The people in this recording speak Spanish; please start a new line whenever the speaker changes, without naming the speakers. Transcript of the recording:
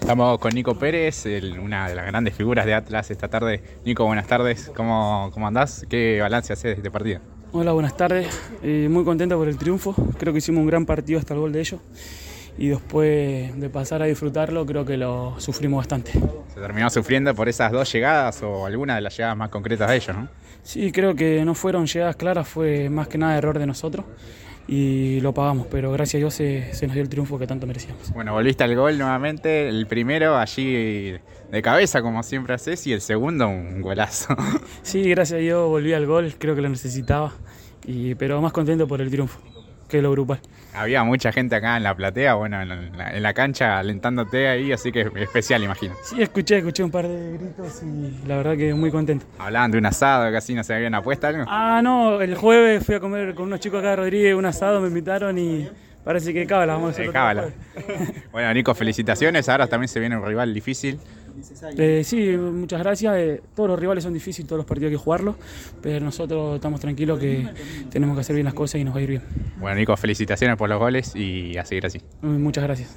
Estamos con Nico Pérez, el- una de las grandes figuras de Atlas esta tarde. Nico, buenas tardes. ¿Cómo, cómo andás? ¿Qué balance haces de este partido?
Hola, buenas tardes. Eh, muy contento por el triunfo. Creo que hicimos un gran partido hasta el gol de ellos. Y después de pasar a disfrutarlo, creo que lo sufrimos bastante.
¿Se terminó sufriendo por esas dos llegadas o alguna de las llegadas más concretas de ellos, no?
Sí, creo que no fueron llegadas claras, fue más que nada error de nosotros. Y lo pagamos, pero gracias a Dios se, se nos dio el triunfo que tanto merecíamos.
Bueno, volviste al gol nuevamente. El primero allí de cabeza, como siempre haces, y el segundo un golazo.
Sí, gracias a Dios volví al gol, creo que lo necesitaba. Y, pero más contento por el triunfo que lo grupal.
Había mucha gente acá en la platea, bueno, en la, en la cancha alentándote ahí, así que especial, imagino.
Sí, escuché, escuché un par de gritos y la verdad que muy contento.
Hablaban de un asado, casi no se habían apuesta algo.
Ah, no, el jueves fui a comer con unos chicos acá de Rodríguez, un asado, me invitaron y parece que cábala, vamos a hacer
Eh,
otro
cábala.
jueves.
bueno, Nico, felicitaciones. Ahora también se viene un rival difícil.
Eh, sí, muchas gracias. eh, todos los rivales son difíciles, todos los partidos hay que jugarlos, pero nosotros estamos tranquilos que tenemos que hacer bien las cosas y nos va a ir bien.
Bueno, Nico, felicitaciones por los goles y a seguir así.
Eh, Muchas gracias.